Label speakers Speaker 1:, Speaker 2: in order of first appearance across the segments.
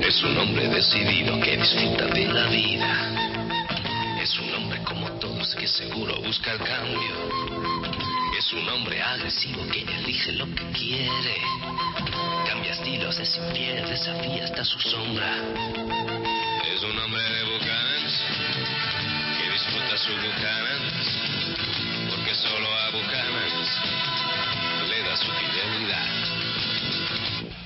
Speaker 1: Es un hombre decidido que disfruta de la vida. Es un hombre como todos que seguro busca el cambio. Es un hombre agresivo que elige lo que quiere. Cambia estilos, es infiel, desafía hasta su sombra. Es un hombre de Buchanan que disfruta su Buchanan porque solo a Buchanan le da su fidelidad.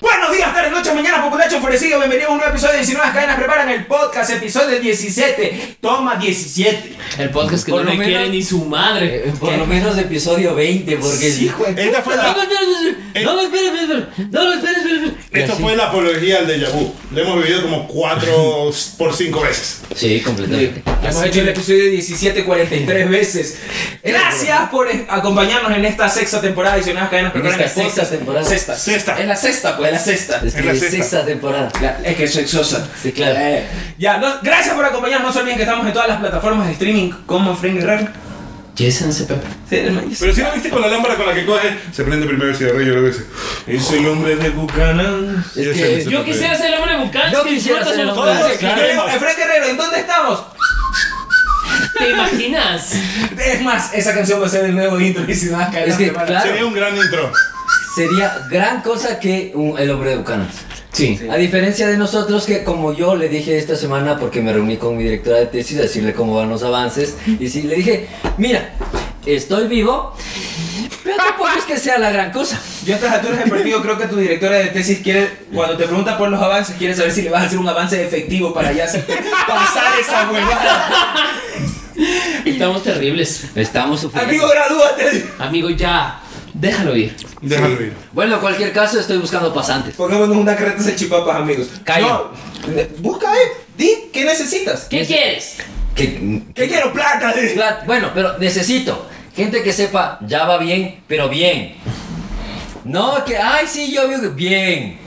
Speaker 2: Buenos días, tardes, noches, mañana, populacho enfurecido. Bienvenidos a un nuevo episodio de 19 Cadenas Preparan el podcast, episodio 17. Toma 17.
Speaker 3: El podcast que
Speaker 4: Por
Speaker 3: no
Speaker 4: lo
Speaker 3: le
Speaker 4: menos-
Speaker 3: quiere ni su madre.
Speaker 4: Eh, Por lo menos episodio 20, porque eh,
Speaker 2: Sí, hijo de
Speaker 5: Esta fue
Speaker 3: No,
Speaker 5: la,
Speaker 3: no, no, no, no, espera, espera, espera. No, no, espera, espera, espera.
Speaker 5: esto fue la apología al déjà vu. Lo hemos vivido como cuatro por cinco veces.
Speaker 4: Sí, completamente.
Speaker 2: Hemos hecho el episodio 17 43 veces. Gracias por eh, acompañarnos en esta sexta temporada de 19 Cadenas
Speaker 4: En
Speaker 2: Preparan
Speaker 4: esta
Speaker 2: el podcast.
Speaker 4: sexta temporada.
Speaker 2: Sexta.
Speaker 5: Sexta.
Speaker 2: Es la sexta, pues, la sexta.
Speaker 4: Es que
Speaker 5: Es la
Speaker 4: de
Speaker 5: sexta.
Speaker 4: sexta temporada.
Speaker 2: La- es que es sexosa.
Speaker 4: Sí, claro.
Speaker 2: Eh, ya, no- gracias por acompañarnos. No se olviden que estamos en todas las plataformas de streaming como Frank Guerrero.
Speaker 4: Jason Cepeda.
Speaker 2: Sí, hermano, yo sé.
Speaker 5: Pero si lo viste con la lámpara con la que coge, se prende primero el cigarrillo y luego dice: Es el hombre de Buchanan.
Speaker 4: Es
Speaker 5: Y
Speaker 4: que
Speaker 5: ese- ese
Speaker 3: Yo
Speaker 5: papel.
Speaker 3: quisiera ser el hombre bucal.
Speaker 4: Yo
Speaker 3: que
Speaker 4: quisiera
Speaker 3: disfruta
Speaker 4: ser el
Speaker 3: sus
Speaker 4: hombre
Speaker 3: cosas.
Speaker 2: Yo le digo, Efraín Guerrero, ¿en dónde estamos?
Speaker 3: ¿Te imaginas?
Speaker 2: Es más, esa canción va a ser el nuevo intro y si no, acá
Speaker 4: Es
Speaker 2: no
Speaker 4: que,
Speaker 2: prepara.
Speaker 4: claro,
Speaker 5: Sería un gran intro.
Speaker 4: sería gran cosa que un- el hombre de Bucanas.
Speaker 3: Sí.
Speaker 4: A diferencia de nosotros, que como yo le dije esta semana, porque me reuní con mi directora de tesis a decirle cómo van los avances, y sí, le dije, mira, estoy vivo, pero tampoco es que sea la gran cosa.
Speaker 2: Yo a estas alturas del partido creo que tu directora de tesis quiere, cuando te pregunta por los avances, quiere saber si le vas a hacer un avance efectivo para ya hacer- pasar esa huevada.
Speaker 3: Estamos terribles.
Speaker 4: Estamos sufriendo.
Speaker 2: Amigo, gradúate.
Speaker 3: Amigo, ya. Déjalo ir.
Speaker 5: Déjalo ir.
Speaker 4: Bueno, en cualquier caso, estoy buscando pasantes.
Speaker 2: Pongámonos una carreta de chipapas, amigos.
Speaker 4: Calla.
Speaker 2: No, busca, eh. Di, ¿qué necesitas?
Speaker 3: ¿Qué quieres?
Speaker 4: Que,
Speaker 2: ¿Qué quiero? Plata. di.
Speaker 4: Plat- Bueno, pero necesito gente que sepa Java bien, pero bien. No, que, ay, sí, yo veo que bien.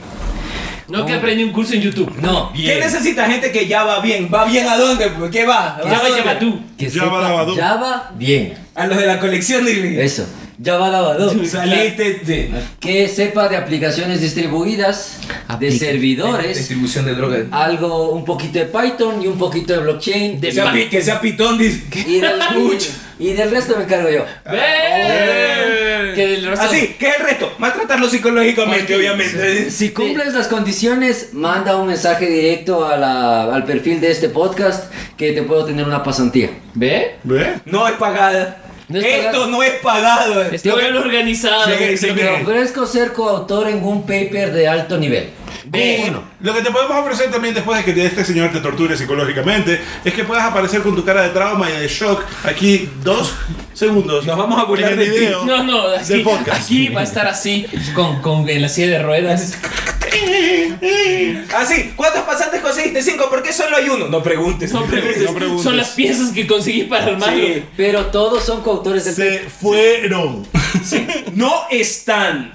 Speaker 3: No que aprendí un curso en YouTube.
Speaker 4: No,
Speaker 2: ¿Qué
Speaker 4: bien.
Speaker 2: necesitas, gente que ya va bien? ¿Va bien a dónde? pues? ¿Qué va? ¿Va
Speaker 3: Ya
Speaker 2: a
Speaker 3: va,
Speaker 2: dónde?
Speaker 3: llama tú.
Speaker 4: Que
Speaker 5: Java
Speaker 4: sepa
Speaker 5: Dabadú.
Speaker 4: Java bien.
Speaker 2: A los de la colección, dile.
Speaker 4: Eso. Java Dabadú.
Speaker 2: Saliste de...
Speaker 4: Que sepa de aplicaciones distribuidas, de
Speaker 3: Aplica-
Speaker 4: servidores,
Speaker 2: Distribución de drogas.
Speaker 4: algo, un poquito de Python y un poquito de blockchain.
Speaker 2: Ah, Que
Speaker 3: De-
Speaker 2: sea, pi- que sea pitón, dice.
Speaker 4: y, del,
Speaker 2: Mucho.
Speaker 4: y del resto me encargo yo.
Speaker 3: ¡Ve! Que del resto-
Speaker 2: Así, ¿qué es el resto? Maltratarlo psicológicamente, obviamente.
Speaker 4: Si cumples las condiciones, manda un mensaje directo a la- al perfil de este podcast que te puedo tener una pasantía.
Speaker 3: ¿Ve?
Speaker 5: ¿Ve?
Speaker 2: No es pagada.
Speaker 4: No es
Speaker 2: Esto
Speaker 4: pagado.
Speaker 2: no es pagado.
Speaker 3: Estoy bien organizado.
Speaker 2: Sí, sí,
Speaker 3: Lo
Speaker 2: sí.
Speaker 3: que-
Speaker 4: Te ofrezco ser coautor en un paper de alto nivel.
Speaker 3: Ve.
Speaker 5: Lo que te podemos ofrecer también después de que este señor te torture psicológicamente es que puedas aparecer con tu cara de trauma y de shock aquí dos segundos.
Speaker 2: Nos vamos a burlar
Speaker 5: en
Speaker 2: de
Speaker 5: el
Speaker 2: ti.
Speaker 5: video
Speaker 3: No, no,
Speaker 5: del
Speaker 3: aquí,
Speaker 5: podcast.
Speaker 3: aquí va a estar así, con, con en la silla de ruedas.
Speaker 2: Así, ¿cuántos pasantes conseguiste? Cinco, ¿por qué solo hay uno? No preguntes.
Speaker 3: No preguntes,
Speaker 5: No preguntes.
Speaker 3: Son las piezas que conseguí para armarlo.
Speaker 2: Sí.
Speaker 4: Pero todos son coautores del
Speaker 5: Se fueron.
Speaker 2: No están.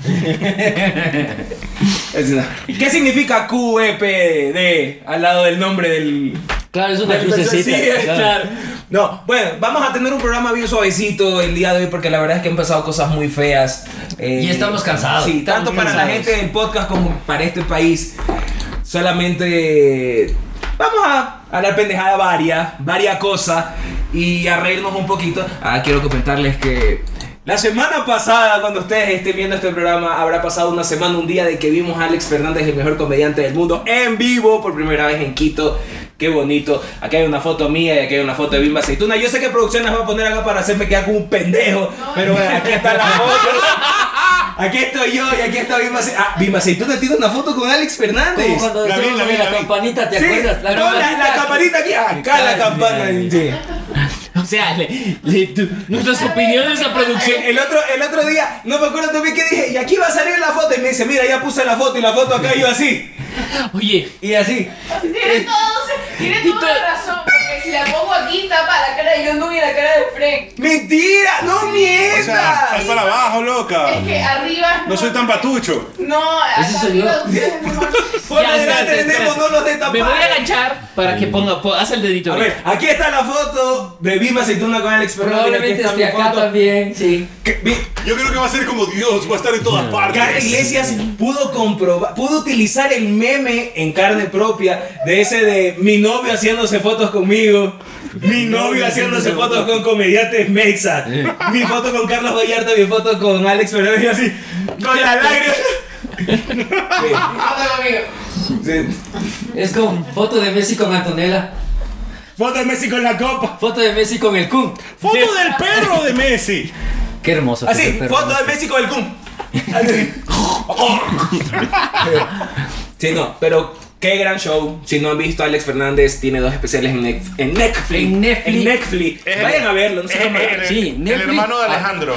Speaker 2: Es una- ¿Qué significa QEPD al lado del nombre del,
Speaker 4: Claro, es una
Speaker 2: Del
Speaker 4: crucecita.
Speaker 2: personaje, sí,
Speaker 4: claro.
Speaker 2: claro. No, bueno, vamos a tener un programa bien suavecito el día de hoy porque la verdad es que han pasado cosas muy feas. eh,
Speaker 4: Y estamos cansados.
Speaker 2: Sí, tanto
Speaker 4: Estamos
Speaker 2: para la
Speaker 4: cansados.
Speaker 2: gente del podcast como para este país. Solamente vamos a hablar pendejada varias, varias cosas y a reírnos un poquito. Ah, quiero comentarles que la semana pasada, cuando ustedes estén viendo este programa, habrá pasado una semana, un día de que vimos a Alex Fernández, el mejor comediante del mundo, en vivo por primera vez en Quito. Qué bonito. Aquí hay una foto mía y aquí hay una foto de Bimba Aceituna. Yo sé que producciones va a poner acá para hacerme quedar como un pendejo, pero bueno, aquí están las fotos. Aquí estoy yo y aquí está Bimba Aceituna. Ah, Bimba Aceituna tiene una foto con Alex Fernández.
Speaker 4: Como cuando
Speaker 5: La vi,
Speaker 4: decimos
Speaker 5: la
Speaker 4: de
Speaker 5: vi,
Speaker 4: la,
Speaker 5: la vi.
Speaker 4: campanita, ¿te
Speaker 2: Sí,
Speaker 4: acuerdas?
Speaker 2: no, la, la campanita aquí, Ah, acá la campana. sí.
Speaker 3: O sea, le- le- tu- nuestras opiniones a producción.
Speaker 2: El otro, el otro día, no me acuerdo también qué dije, y aquí va a salir la foto. Y me dice, mira, ya puse la foto y la foto acá y yo así.
Speaker 3: Oye,
Speaker 2: Y así.
Speaker 6: Tiene todos, tiene
Speaker 3: Y
Speaker 6: toda
Speaker 3: te-
Speaker 6: la razón. porque que si la pongo aquí tapa la cara de Yondun y la cara de Frank.
Speaker 2: ¡Mentira! ¡No mientas!
Speaker 5: O sea, haz para abajo, loca.
Speaker 6: Es que arriba.
Speaker 5: Ah. No soy tan patucho.
Speaker 6: No,
Speaker 4: Ese
Speaker 6: hasta
Speaker 4: soy
Speaker 6: arriba
Speaker 4: yo.
Speaker 6: de ustedes no más.
Speaker 2: Por
Speaker 3: Ya,
Speaker 2: delante
Speaker 3: espérate,
Speaker 2: tenemos
Speaker 3: espérate.
Speaker 2: no los de tapar.
Speaker 3: Me voy a agachar para que ponga. po- Haz el dedito.
Speaker 2: A ver, aquí está la foto de Viva Aceituna con Alex Fernández.
Speaker 4: Probablemente
Speaker 2: Aquí
Speaker 4: esté
Speaker 2: está mi
Speaker 4: acá
Speaker 2: foto.
Speaker 4: también, sí.
Speaker 2: Que- vi-
Speaker 5: Yo creo que va a ser como Dios, va a estar en todas
Speaker 2: Carla
Speaker 5: partes.
Speaker 2: Iglesias pudo comprobar, pudo utilizar el meme en carne propia de ese de mi novio haciéndose fotos conmigo, mi novio haciéndose fotos con comediantes mexa, mi foto con Carlos Vallarta, mi foto con Alex Fernández, y así, con la lágrima.
Speaker 6: Foto conmigo.
Speaker 2: Sí.
Speaker 4: Es como foto de Messi con Antonella,
Speaker 2: Foto de Messi con la copa.
Speaker 4: foto de Messi con el Kun.
Speaker 5: Foto del perro de Messi.
Speaker 4: Qué hermoso. que es
Speaker 2: Así,
Speaker 4: el perro
Speaker 2: Ah, foto de Messi con el cum. Así. Sí, no, pero qué gran show. Si no han visto, Alex Fernández tiene dos especiales en, Netf- en Netflix.
Speaker 4: En Netflix.
Speaker 2: En Netflix.
Speaker 5: Eh,
Speaker 2: Vayan a verlo, no se lo
Speaker 5: Eh,
Speaker 2: pierdan.
Speaker 5: eh,
Speaker 4: Sí,
Speaker 5: el
Speaker 4: Netflix.
Speaker 5: hermano de Alejandro.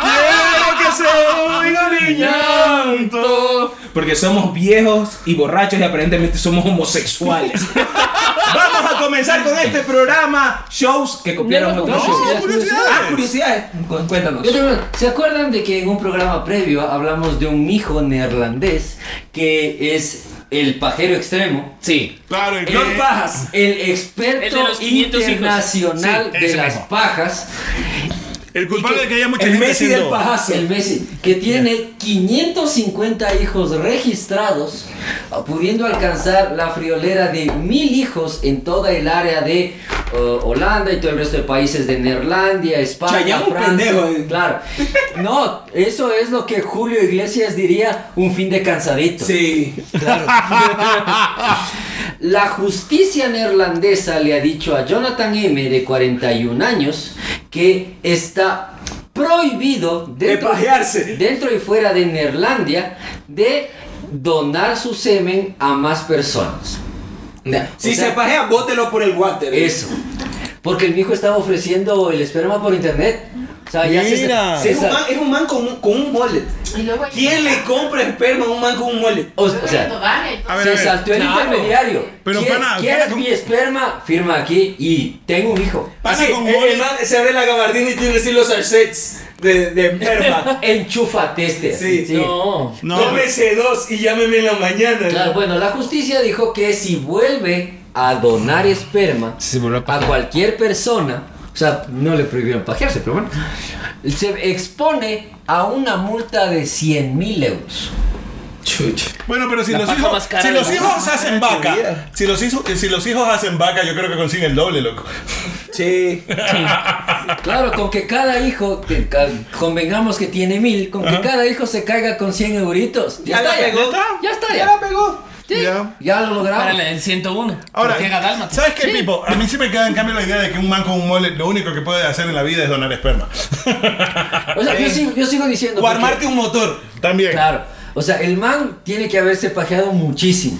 Speaker 5: Quiero que se oiga mi llanto.
Speaker 2: Porque somos viejos y borrachos y aparentemente somos homosexuales. Vamos a comenzar con este programa. Shows que copiaron
Speaker 4: No,
Speaker 2: otros
Speaker 4: no,
Speaker 2: shows.
Speaker 5: curiosidades.
Speaker 2: Ah, curiosidades. Cu- Cuéntanos.
Speaker 4: Yo tengo una- ¿Se acuerdan de que en un programa previo hablamos de un mijo neerlandés que es el pajero extremo?
Speaker 3: Sí.
Speaker 5: Claro, el
Speaker 2: John
Speaker 5: que-
Speaker 2: Pajas.
Speaker 4: El
Speaker 3: El
Speaker 4: experto
Speaker 3: de los 500 hijos.
Speaker 4: internacional
Speaker 5: Sí, ese
Speaker 4: de las
Speaker 5: mismo.
Speaker 4: pajas,
Speaker 5: el culpable de que haya mucha
Speaker 2: El
Speaker 5: gente
Speaker 2: Messi del
Speaker 5: haciendo-
Speaker 2: pajazo.
Speaker 4: el Messi, que tiene 550 hijos registrados, pudiendo alcanzar la friolera de mil hijos en toda el área de eh, Holanda y todo el resto de países de Neerlandia, España,
Speaker 2: Chayanne un
Speaker 4: Francia.
Speaker 2: pendejo, eh.
Speaker 4: Claro. No, eso es lo que Julio Iglesias diría un fin de cansadito.
Speaker 2: Sí.
Speaker 4: Claro. La justicia neerlandesa le ha dicho a Jonathan M. de 41 años que está prohibido dentro,
Speaker 2: pajearse.
Speaker 4: dentro y fuera de Neerlandia de donar su semen a más personas.
Speaker 2: Si
Speaker 4: O sea-
Speaker 2: se pajea, bótelo por el water.
Speaker 4: Eso. Porque el mijo estaba ofreciendo el esperma por internet. O sea, ya se-
Speaker 3: Mira.
Speaker 4: se-
Speaker 2: Es un man, es un man con, un, con un mullet.
Speaker 6: Y luego hay-
Speaker 2: ¿Quién le compra esperma a un man con un mullet?
Speaker 4: o-
Speaker 6: Luego
Speaker 4: o sea,
Speaker 6: hay tobogán y todo.
Speaker 5: A ver,
Speaker 4: se
Speaker 5: a ver.
Speaker 4: saltó el
Speaker 3: Claro.
Speaker 4: intermediario.
Speaker 5: Pero,
Speaker 4: ¿Quiere-
Speaker 5: pana,
Speaker 4: ¿Quieres
Speaker 5: pana,
Speaker 4: mi esperma? Firma aquí y tengo un hijo.
Speaker 5: Pasa
Speaker 2: Así,
Speaker 5: con
Speaker 2: el,
Speaker 5: mullet.
Speaker 2: el man se abre la gabardina y tiene así los arsets de, de esperma.
Speaker 4: Enchúfate este.
Speaker 2: Sí,
Speaker 3: No.
Speaker 5: No,
Speaker 2: Tómese dos y llámeme en la mañana.
Speaker 4: Claro, bueno, la justicia dijo que si vuelve a donar esperma
Speaker 3: Se volvió a
Speaker 4: a
Speaker 3: pajear.
Speaker 4: cualquier persona, o sea, no le prohibieron pajearse, pero bueno, se expone a una multa de 100 mil euros.
Speaker 2: Chucha.
Speaker 5: Bueno, pero si
Speaker 3: La
Speaker 5: los
Speaker 3: paja
Speaker 5: hijos,
Speaker 3: más cara
Speaker 5: si
Speaker 3: de
Speaker 5: los
Speaker 3: la
Speaker 5: hijos
Speaker 3: vida.
Speaker 5: hacen vaca, si los, hizo- si los hijos hacen vaca, yo creo que consiguen el doble, loco.
Speaker 2: Sí.
Speaker 4: Claro, con que cada hijo, te- ca- convengamos que tiene mil, con que cada hijo se caiga con 100 euritos. Ya,
Speaker 2: Ya la
Speaker 4: está, ya,
Speaker 2: pegó.
Speaker 4: ya está,
Speaker 2: Ya
Speaker 4: ya.
Speaker 2: la pegó.
Speaker 4: Sí,
Speaker 5: Ya.
Speaker 4: ya lo
Speaker 3: Para
Speaker 4: logramos.
Speaker 3: la- el 101.
Speaker 5: Ahora,
Speaker 3: Porque haga Dalma.
Speaker 5: ¿sabes qué, Pipo? A mí sí me queda en cambio la idea de que un man con un mole lo único que puede hacer en la vida es donar esperma.
Speaker 4: O sea, yo sigo, yo sigo diciendo.
Speaker 2: O
Speaker 4: porque-
Speaker 2: armarte un motor.
Speaker 5: También.
Speaker 4: Claro. O sea, el man tiene que haberse pajeado muchísimo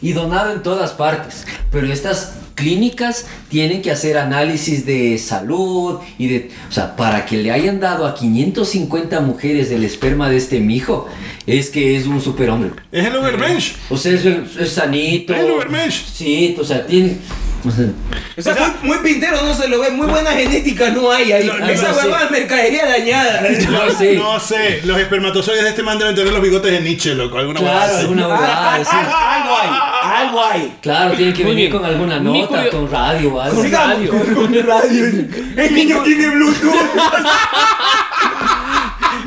Speaker 4: y donado en todas partes. Pero estas clínicas tienen que hacer análisis de salud y de... O sea, para que le hayan dado a 550 mujeres el esperma de este mijo, es que es un superhombre.
Speaker 5: Es el Ubermensch.
Speaker 4: O sea, es, es sanito.
Speaker 5: El Ubermensch.
Speaker 4: Sí, o sea, tiene... o sea,
Speaker 2: O sea, muy, muy pintero no se lo ve. Muy buena genética no hay ahí.
Speaker 5: No, no,
Speaker 2: Esa
Speaker 4: no,
Speaker 2: huevada
Speaker 4: sí.
Speaker 2: es mercadería dañada.
Speaker 4: no sé.
Speaker 5: No sé, los espermatozoides de este man deben tener los bigotes de Nietzsche, loco. Alguna
Speaker 4: Claro,
Speaker 5: huevada así.
Speaker 4: alguna
Speaker 2: Ah,
Speaker 4: verdad, sí.
Speaker 2: ah, Algo hay. Algo hay.
Speaker 4: Claro, tiene que
Speaker 3: Muy
Speaker 4: venir
Speaker 3: bien.
Speaker 4: con alguna
Speaker 3: Mi
Speaker 4: nota,
Speaker 3: curio-
Speaker 4: con radio o algo.
Speaker 2: Sigamos
Speaker 3: radio.
Speaker 2: con, con radio. El niño tiene Bluetooth.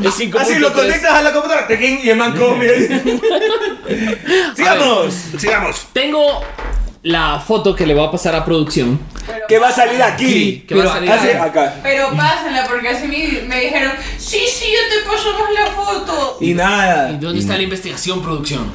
Speaker 3: Es 5.3.
Speaker 2: Así lo conectas a la computadora. tequín, Y el man come. Sigamos.
Speaker 5: Sigamos.
Speaker 3: Tengo la foto que le voy a pasar a producción.
Speaker 6: Pero
Speaker 2: Que va a salir
Speaker 3: Sí,
Speaker 2: aquí.
Speaker 3: que va a
Speaker 4: Pero
Speaker 3: salir
Speaker 2: Así,
Speaker 3: ahora.
Speaker 2: acá.
Speaker 6: Pero pásenla porque así me, me dijeron, sí, sí, yo te paso más la foto.
Speaker 2: Y
Speaker 3: ¿Y
Speaker 2: nada.
Speaker 3: dónde está la investigación, producción?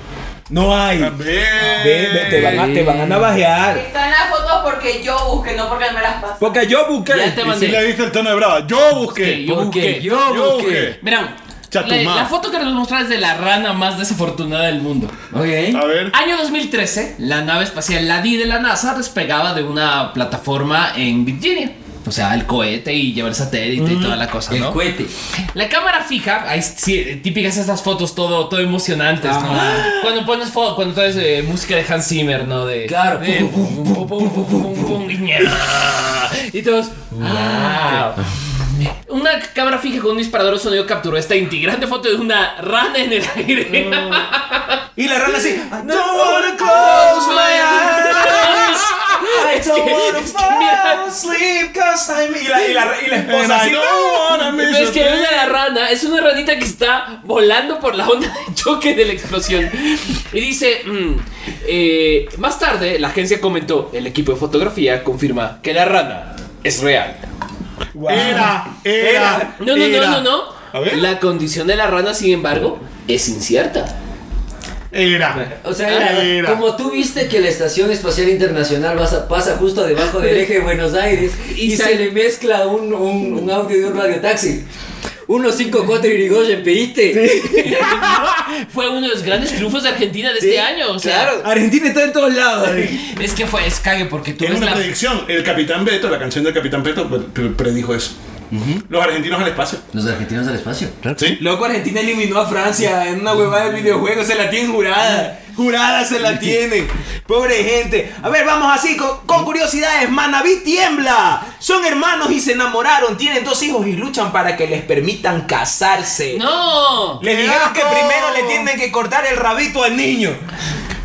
Speaker 2: No hay.
Speaker 5: A
Speaker 2: Ve, Ah, ve, te, van a, te van a navajear.
Speaker 6: Están las fotos porque yo busqué, no porque me las pasé.
Speaker 2: Porque yo busqué.
Speaker 3: Ya te
Speaker 5: Si le
Speaker 3: mandé.
Speaker 5: viste el tono de brava. Yo
Speaker 3: Sí,
Speaker 5: busqué.
Speaker 3: yo
Speaker 4: Porque
Speaker 3: busqué.
Speaker 4: yo,
Speaker 5: Yo
Speaker 4: busqué.
Speaker 3: Mira, la,
Speaker 5: Chatumá.
Speaker 3: la foto que nos mostrás es de la rana más desafortunada del mundo.
Speaker 4: Ok.
Speaker 5: A ver.
Speaker 3: Año 2013, la nave espacial la D de la NASA despegaba de una plataforma en Virginia. O sea, el cohete y llevar satélite y toda la cosa,
Speaker 4: El
Speaker 3: ¿no?
Speaker 4: cohete.
Speaker 3: La cámara fija, ahí sí, eh, típicas esas fotos todo, todo emocionantes, ¿no? Cuando pones fo- cuando traes eh, música de Hans Zimmer, ¿no? De,
Speaker 4: Claro.
Speaker 3: de- pum, pum, pum, pum, pum, pum, pum, y ña. Y todos. wow. Una cámara fija con un disparador de sonido capturó esta integrante foto de una rana en el aire.
Speaker 2: Y la rana así, I don't wanna close my eyes. I don't wanna fall asleep 'cause I'm. Y la, y la, y la esposa así, no.
Speaker 3: Pero es que es la rana, es una ranita que está volando por la onda de choque de la explosión. Y dice, mm, eh, más tarde la agencia comentó, el equipo de fotografía confirma que la rana es real.
Speaker 5: Era, era.
Speaker 3: No, no,
Speaker 5: Ah, era.
Speaker 3: no, no, no.
Speaker 5: A ver.
Speaker 3: La condición de la rana, sin embargo, es incierta.
Speaker 5: Era.
Speaker 4: O sea, era-
Speaker 5: Era.
Speaker 4: como tú viste que la Estación Espacial Internacional pasa, pasa justo debajo del eje de Buenos Aires y,
Speaker 3: Y
Speaker 4: se
Speaker 3: sal-
Speaker 4: le mezcla un, un, un audio de un radiotaxi. 154 Irigoyen, pediste.
Speaker 3: Fue uno de los grandes triunfos de Argentina de este año. O sea,
Speaker 4: claro.
Speaker 2: Argentina está en todos lados.
Speaker 3: es que fue escague porque tú
Speaker 5: Era
Speaker 3: ves
Speaker 5: una
Speaker 3: la.
Speaker 5: predicción. El Capitán Beto, la canción del Capitán Beto, pre- pre- predijo eso. Los argentinos al espacio.
Speaker 4: Los argentinos al espacio.
Speaker 5: ¿Sí?
Speaker 2: Loco, Argentina eliminó a Francia en una huevada de videojuegos, se la tienen jurada. Jurada se la tienen. Pobre gente. A ver, vamos así, con, con curiosidades. Manaví tiembla. Son hermanos y se enamoraron. Tienen dos hijos y luchan para que les permitan casarse.
Speaker 3: ¡No!
Speaker 2: Le dijeron que primero le tienen que cortar el rabito al niño.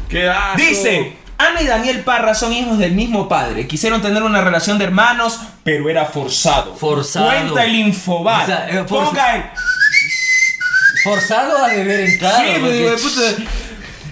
Speaker 5: ¿Qué asco.
Speaker 2: Dice, Ana y Daniel Parra son hijos del mismo padre. Quisieron tener una relación de hermanos, pero era forzado.
Speaker 4: Forzado.
Speaker 2: Cuenta el Infobar.
Speaker 4: O sea, eh, forz-
Speaker 2: Ponga el...
Speaker 4: Forzado a deber entrar.
Speaker 2: Sí, pues, hijo de puta.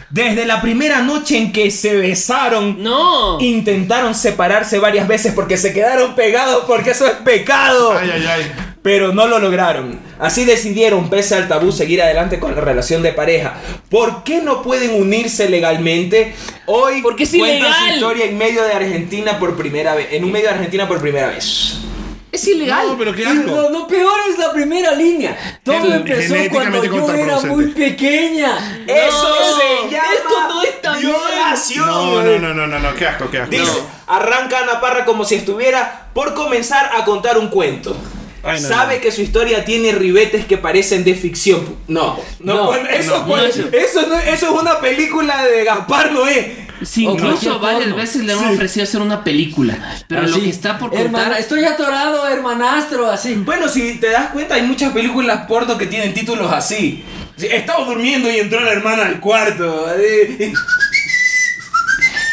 Speaker 2: Desde la primera noche en que se besaron,
Speaker 3: ¡No!
Speaker 2: intentaron separarse varias veces porque se quedaron pegados porque eso es pecado.
Speaker 5: Ay, ay, ay.
Speaker 2: Pero no lo lograron. Así decidieron, pese al tabú, seguir adelante con la relación de pareja. ¿Por qué no pueden unirse legalmente? Hoy
Speaker 3: Porque es
Speaker 2: cuentan
Speaker 3: ilegal.
Speaker 2: su historia en medio de Argentina por primera vez. En un medio de Argentina por primera vez.
Speaker 3: Es ilegal.
Speaker 5: No, pero qué
Speaker 4: Y Lo,
Speaker 5: asco.
Speaker 4: lo peor es la primera línea. Todo
Speaker 5: Gen-
Speaker 4: empezó cuando
Speaker 5: genéticamente
Speaker 4: yo era muy
Speaker 5: contraproducente.
Speaker 4: pequeña.
Speaker 2: Eso
Speaker 3: No,
Speaker 2: se llama
Speaker 3: esto no está bien.
Speaker 2: violación.
Speaker 5: No, no, no, no, no, no, qué asco, qué asco.
Speaker 2: Dice, arranca Ana Parra como si estuviera por comenzar a contar un cuento.
Speaker 5: Ay, no,
Speaker 2: Sabe
Speaker 5: no.
Speaker 2: que su historia tiene ribetes que parecen de ficción. No, no,
Speaker 4: No,
Speaker 2: pues, eso,
Speaker 4: no,
Speaker 2: pues,
Speaker 4: no,
Speaker 2: eso no- eso es una película de Gaspar Noé.
Speaker 3: Sí,
Speaker 4: O
Speaker 3: incluso
Speaker 4: cualquier
Speaker 3: varias
Speaker 4: porno.
Speaker 3: veces le han ofrecido hacer una película. Pero lo
Speaker 4: Así,
Speaker 3: que está por contar.
Speaker 4: Ah, hermana- estoy atorado, hermanastro, así.
Speaker 2: Bueno, si te das cuenta, hay muchas películas porno que tienen títulos así. Sí, Estaba durmiendo y entró la hermana al cuarto. Eh,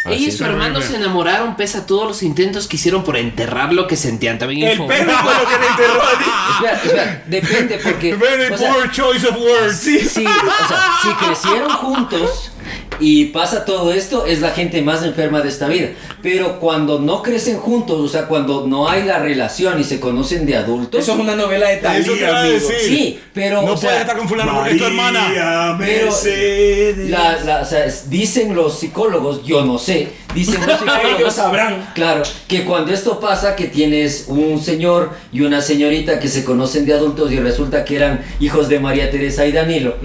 Speaker 3: Ella y su hermano se enamoraron pese a todos los intentos que hicieron por enterrar lo que sentían. También
Speaker 2: El
Speaker 3: info-
Speaker 2: perro fue lo que le enterró a ti.
Speaker 4: Espera, espera, depende porque.
Speaker 5: Very
Speaker 4: o sea,
Speaker 5: poor choice of words.
Speaker 4: sí, o sea, si crecieron juntos y pasa todo esto, es la gente más enferma de esta vida. Pero cuando no crecen juntos, o sea, cuando no hay la relación y se conocen de adultos.
Speaker 2: Eso es una novela de
Speaker 5: Eso te
Speaker 2: Talía,
Speaker 5: iba a
Speaker 2: amigo.
Speaker 5: decir.
Speaker 4: Sí, pero.
Speaker 5: No
Speaker 4: o
Speaker 5: puedes
Speaker 4: sea,
Speaker 5: estar con fulano porque es tu hermana.
Speaker 4: Pero la- la- o sea, es- dicen los psicólogos, yo no sé, dicen los psicólogos.
Speaker 2: Ellos sabrán.
Speaker 4: Claro, que cuando esto pasa, que tienes un señor y una señorita que se conocen de adultos y resulta que eran hijos de María Teresa y Danilo.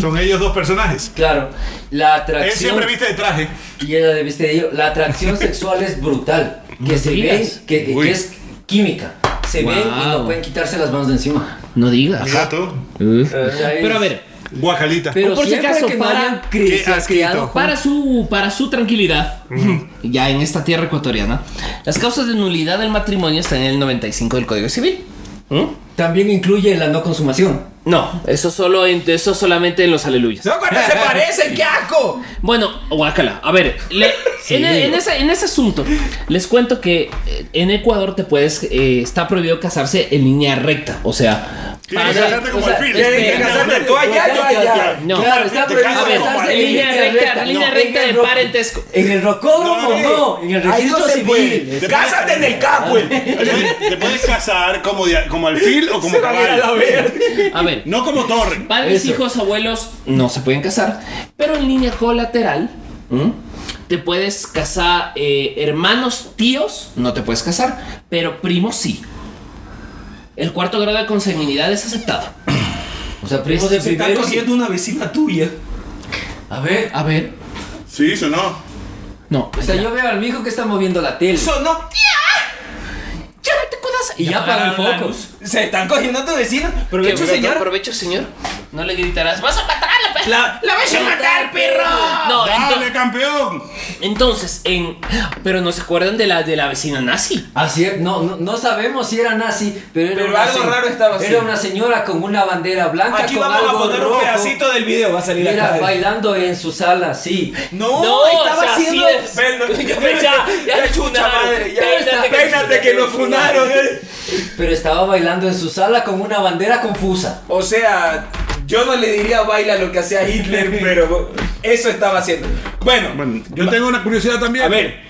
Speaker 5: Son ellos dos personajes.
Speaker 4: Claro, la
Speaker 5: Mm. Él
Speaker 4: atracción.
Speaker 5: siempre viste de traje.
Speaker 4: Y ella de viste de ello, la atracción sexual es brutal. Que se ven,
Speaker 3: digas.
Speaker 4: que, que-
Speaker 5: Uy.
Speaker 4: que es química. Se ven y no
Speaker 3: Wow.
Speaker 4: pueden quitarse las manos de encima.
Speaker 3: No digas.
Speaker 5: Gato.
Speaker 4: O sea, es-
Speaker 3: Eh, Pero a ver,
Speaker 5: Guacalita.
Speaker 4: pero
Speaker 3: por si
Speaker 4: siempre
Speaker 3: acaso,
Speaker 4: que no
Speaker 3: para-
Speaker 4: hayan cre-
Speaker 5: Qué
Speaker 4: se han creado
Speaker 5: asquito.
Speaker 3: para su, para su tranquilidad, ya en esta tierra ecuatoriana, las causas de nulidad del matrimonio están en el 95 del Código Civil. ¿Mm?
Speaker 4: También incluye la no consumación.
Speaker 3: No, eso solo en- eso solamente en los aleluyas.
Speaker 2: No, cuando se parecen, qué asco.
Speaker 3: Bueno, guácala. A ver, le- en, en ese, en ese asunto, les cuento que eh, en Ecuador te puedes. eh, está prohibido casarse en línea recta. O sea,
Speaker 5: Tienes que
Speaker 3: para-
Speaker 5: casarte como
Speaker 4: o sea, es-
Speaker 5: alfil. Tienes que
Speaker 4: es-
Speaker 5: casarte
Speaker 2: tú allá, yo allá.
Speaker 3: No.
Speaker 4: Claro, está
Speaker 5: Te
Speaker 4: prohibido
Speaker 5: casas como
Speaker 4: casarse en
Speaker 5: pareja.
Speaker 4: línea
Speaker 3: Línea recta,
Speaker 4: recta.
Speaker 3: línea
Speaker 4: No, en
Speaker 3: recta
Speaker 4: el
Speaker 3: de
Speaker 4: ro-
Speaker 3: parentesco.
Speaker 4: En el rocódromo,
Speaker 5: No,
Speaker 4: no, en el
Speaker 2: Ahí
Speaker 4: registro
Speaker 2: no se
Speaker 4: civil.
Speaker 2: puede. Cásate en el Capwell.
Speaker 5: Te puedes- Te puedes casar como, dia- como alfil o como
Speaker 2: Se va a ir a la
Speaker 5: caballo.
Speaker 2: verga.
Speaker 3: A ver,
Speaker 5: No como torre.
Speaker 3: padres,
Speaker 4: Eso.
Speaker 3: hijos, abuelos no se pueden casar, ¿Mm? pero en línea colateral ¿m? te puedes casar. eh, hermanos, tíos, no te puedes casar, pero primos sí. El cuarto grado de consanguinidad es aceptado.
Speaker 4: O sea, primos de
Speaker 2: Se está
Speaker 4: primero.
Speaker 2: cogiendo una vecina tuya.
Speaker 4: A ver.
Speaker 3: A ver,
Speaker 5: Sí, eso no.
Speaker 3: no.
Speaker 4: O sea, yo veo al mijo que está moviendo la tele.
Speaker 2: Eso no.
Speaker 3: ¡Ya te cuidas casa y ya para el
Speaker 2: apagaron la
Speaker 3: focus.
Speaker 2: luz. Se están cogiendo a tu vecino.
Speaker 3: ¿Qué
Speaker 2: Provecho,
Speaker 3: bruto,
Speaker 2: señor.
Speaker 3: Aprovecho, señor. No le gritarás, vas a matar a la perra.
Speaker 2: La, la vas a matar, perro.
Speaker 3: No,
Speaker 5: ¡Dale,
Speaker 3: ento-
Speaker 5: campeón!
Speaker 3: entonces, en. Pero no se acuerdan de la, de la vecina nazi.
Speaker 4: Así es, no, no, no sabemos si era nazi, pero era
Speaker 2: Pero
Speaker 4: una
Speaker 2: algo
Speaker 4: se-
Speaker 2: raro estaba así.
Speaker 4: Era una señora con una bandera blanca
Speaker 2: Aquí
Speaker 4: con
Speaker 2: vamos a
Speaker 4: algo
Speaker 2: poner
Speaker 4: rojo.
Speaker 2: un pedacito del video. Va a salir
Speaker 4: Mira,
Speaker 2: acá.
Speaker 4: bailando en su sala, sí.
Speaker 2: No,
Speaker 3: No,
Speaker 2: estaba
Speaker 3: o sea,
Speaker 2: haciendo.
Speaker 3: así es.
Speaker 2: Bueno,
Speaker 3: Ya, ya, ya
Speaker 2: ya
Speaker 3: lo
Speaker 2: chucha
Speaker 3: funaron.
Speaker 2: madre. Ya,
Speaker 3: Peínate que-
Speaker 2: peínate que lo funaron. eh.
Speaker 4: Pero estaba bailando en su sala con una bandera confusa.
Speaker 2: O sea, yo no le diría baila lo que hacía Hitler, pero eso estaba haciendo. Bueno,
Speaker 5: Bueno, yo tengo una curiosidad también.
Speaker 2: A ver.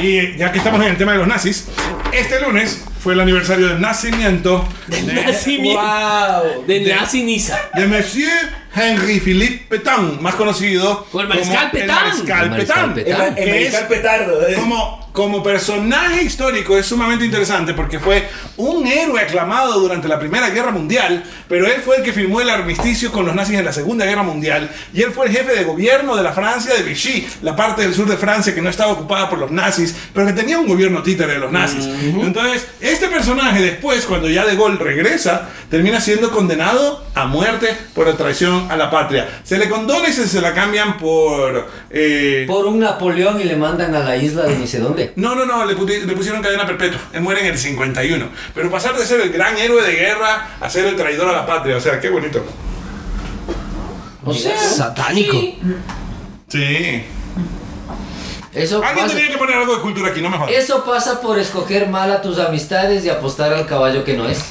Speaker 5: Y ya que estamos en el tema de los nazis, este lunes fue el aniversario del nacimiento de,
Speaker 3: Nacimiento.
Speaker 2: wow.
Speaker 3: De nazi Niza.
Speaker 5: de Monsieur Henry Philippe Pétain, más conocido
Speaker 3: O el Mariscal
Speaker 5: como el
Speaker 3: Pétain.
Speaker 5: Mariscal
Speaker 4: El Mariscal
Speaker 5: Pétain.
Speaker 2: El,
Speaker 4: Pétain.
Speaker 2: el
Speaker 5: Que es-
Speaker 2: mariscal petardo. eh.
Speaker 5: Como, como personaje histórico es sumamente interesante porque fue un héroe aclamado durante la Primera Guerra Mundial, pero él fue el que firmó el armisticio con los nazis en la Segunda Guerra Mundial y él fue el jefe de gobierno de la Francia de Vichy, la parte del sur de Francia que no estaba ocupada por los nazis, pero que tenía un gobierno títere de los nazis. Entonces, este personaje después, cuando ya De Gaulle regresa, termina siendo condenado a muerte por la traición a la patria. Se le condona y se, se la cambian por... eh,
Speaker 4: Por un Napoleón y le mandan a la isla de ni sé dónde.
Speaker 5: no, no, no, le, puti- le pusieron cadena perpetua. Él muere en el 51. Pero pasar de ser el gran héroe de guerra a ser el traidor a la patria. O sea, qué bonito.
Speaker 4: O sea,
Speaker 3: Satánico.
Speaker 4: sí.
Speaker 5: Sí.
Speaker 4: Eso
Speaker 5: Alguien
Speaker 4: pasa.
Speaker 5: tenía que poner algo de cultura aquí, no me jodas.
Speaker 4: Eso pasa por escoger mal a tus amistades y apostar al caballo que no es.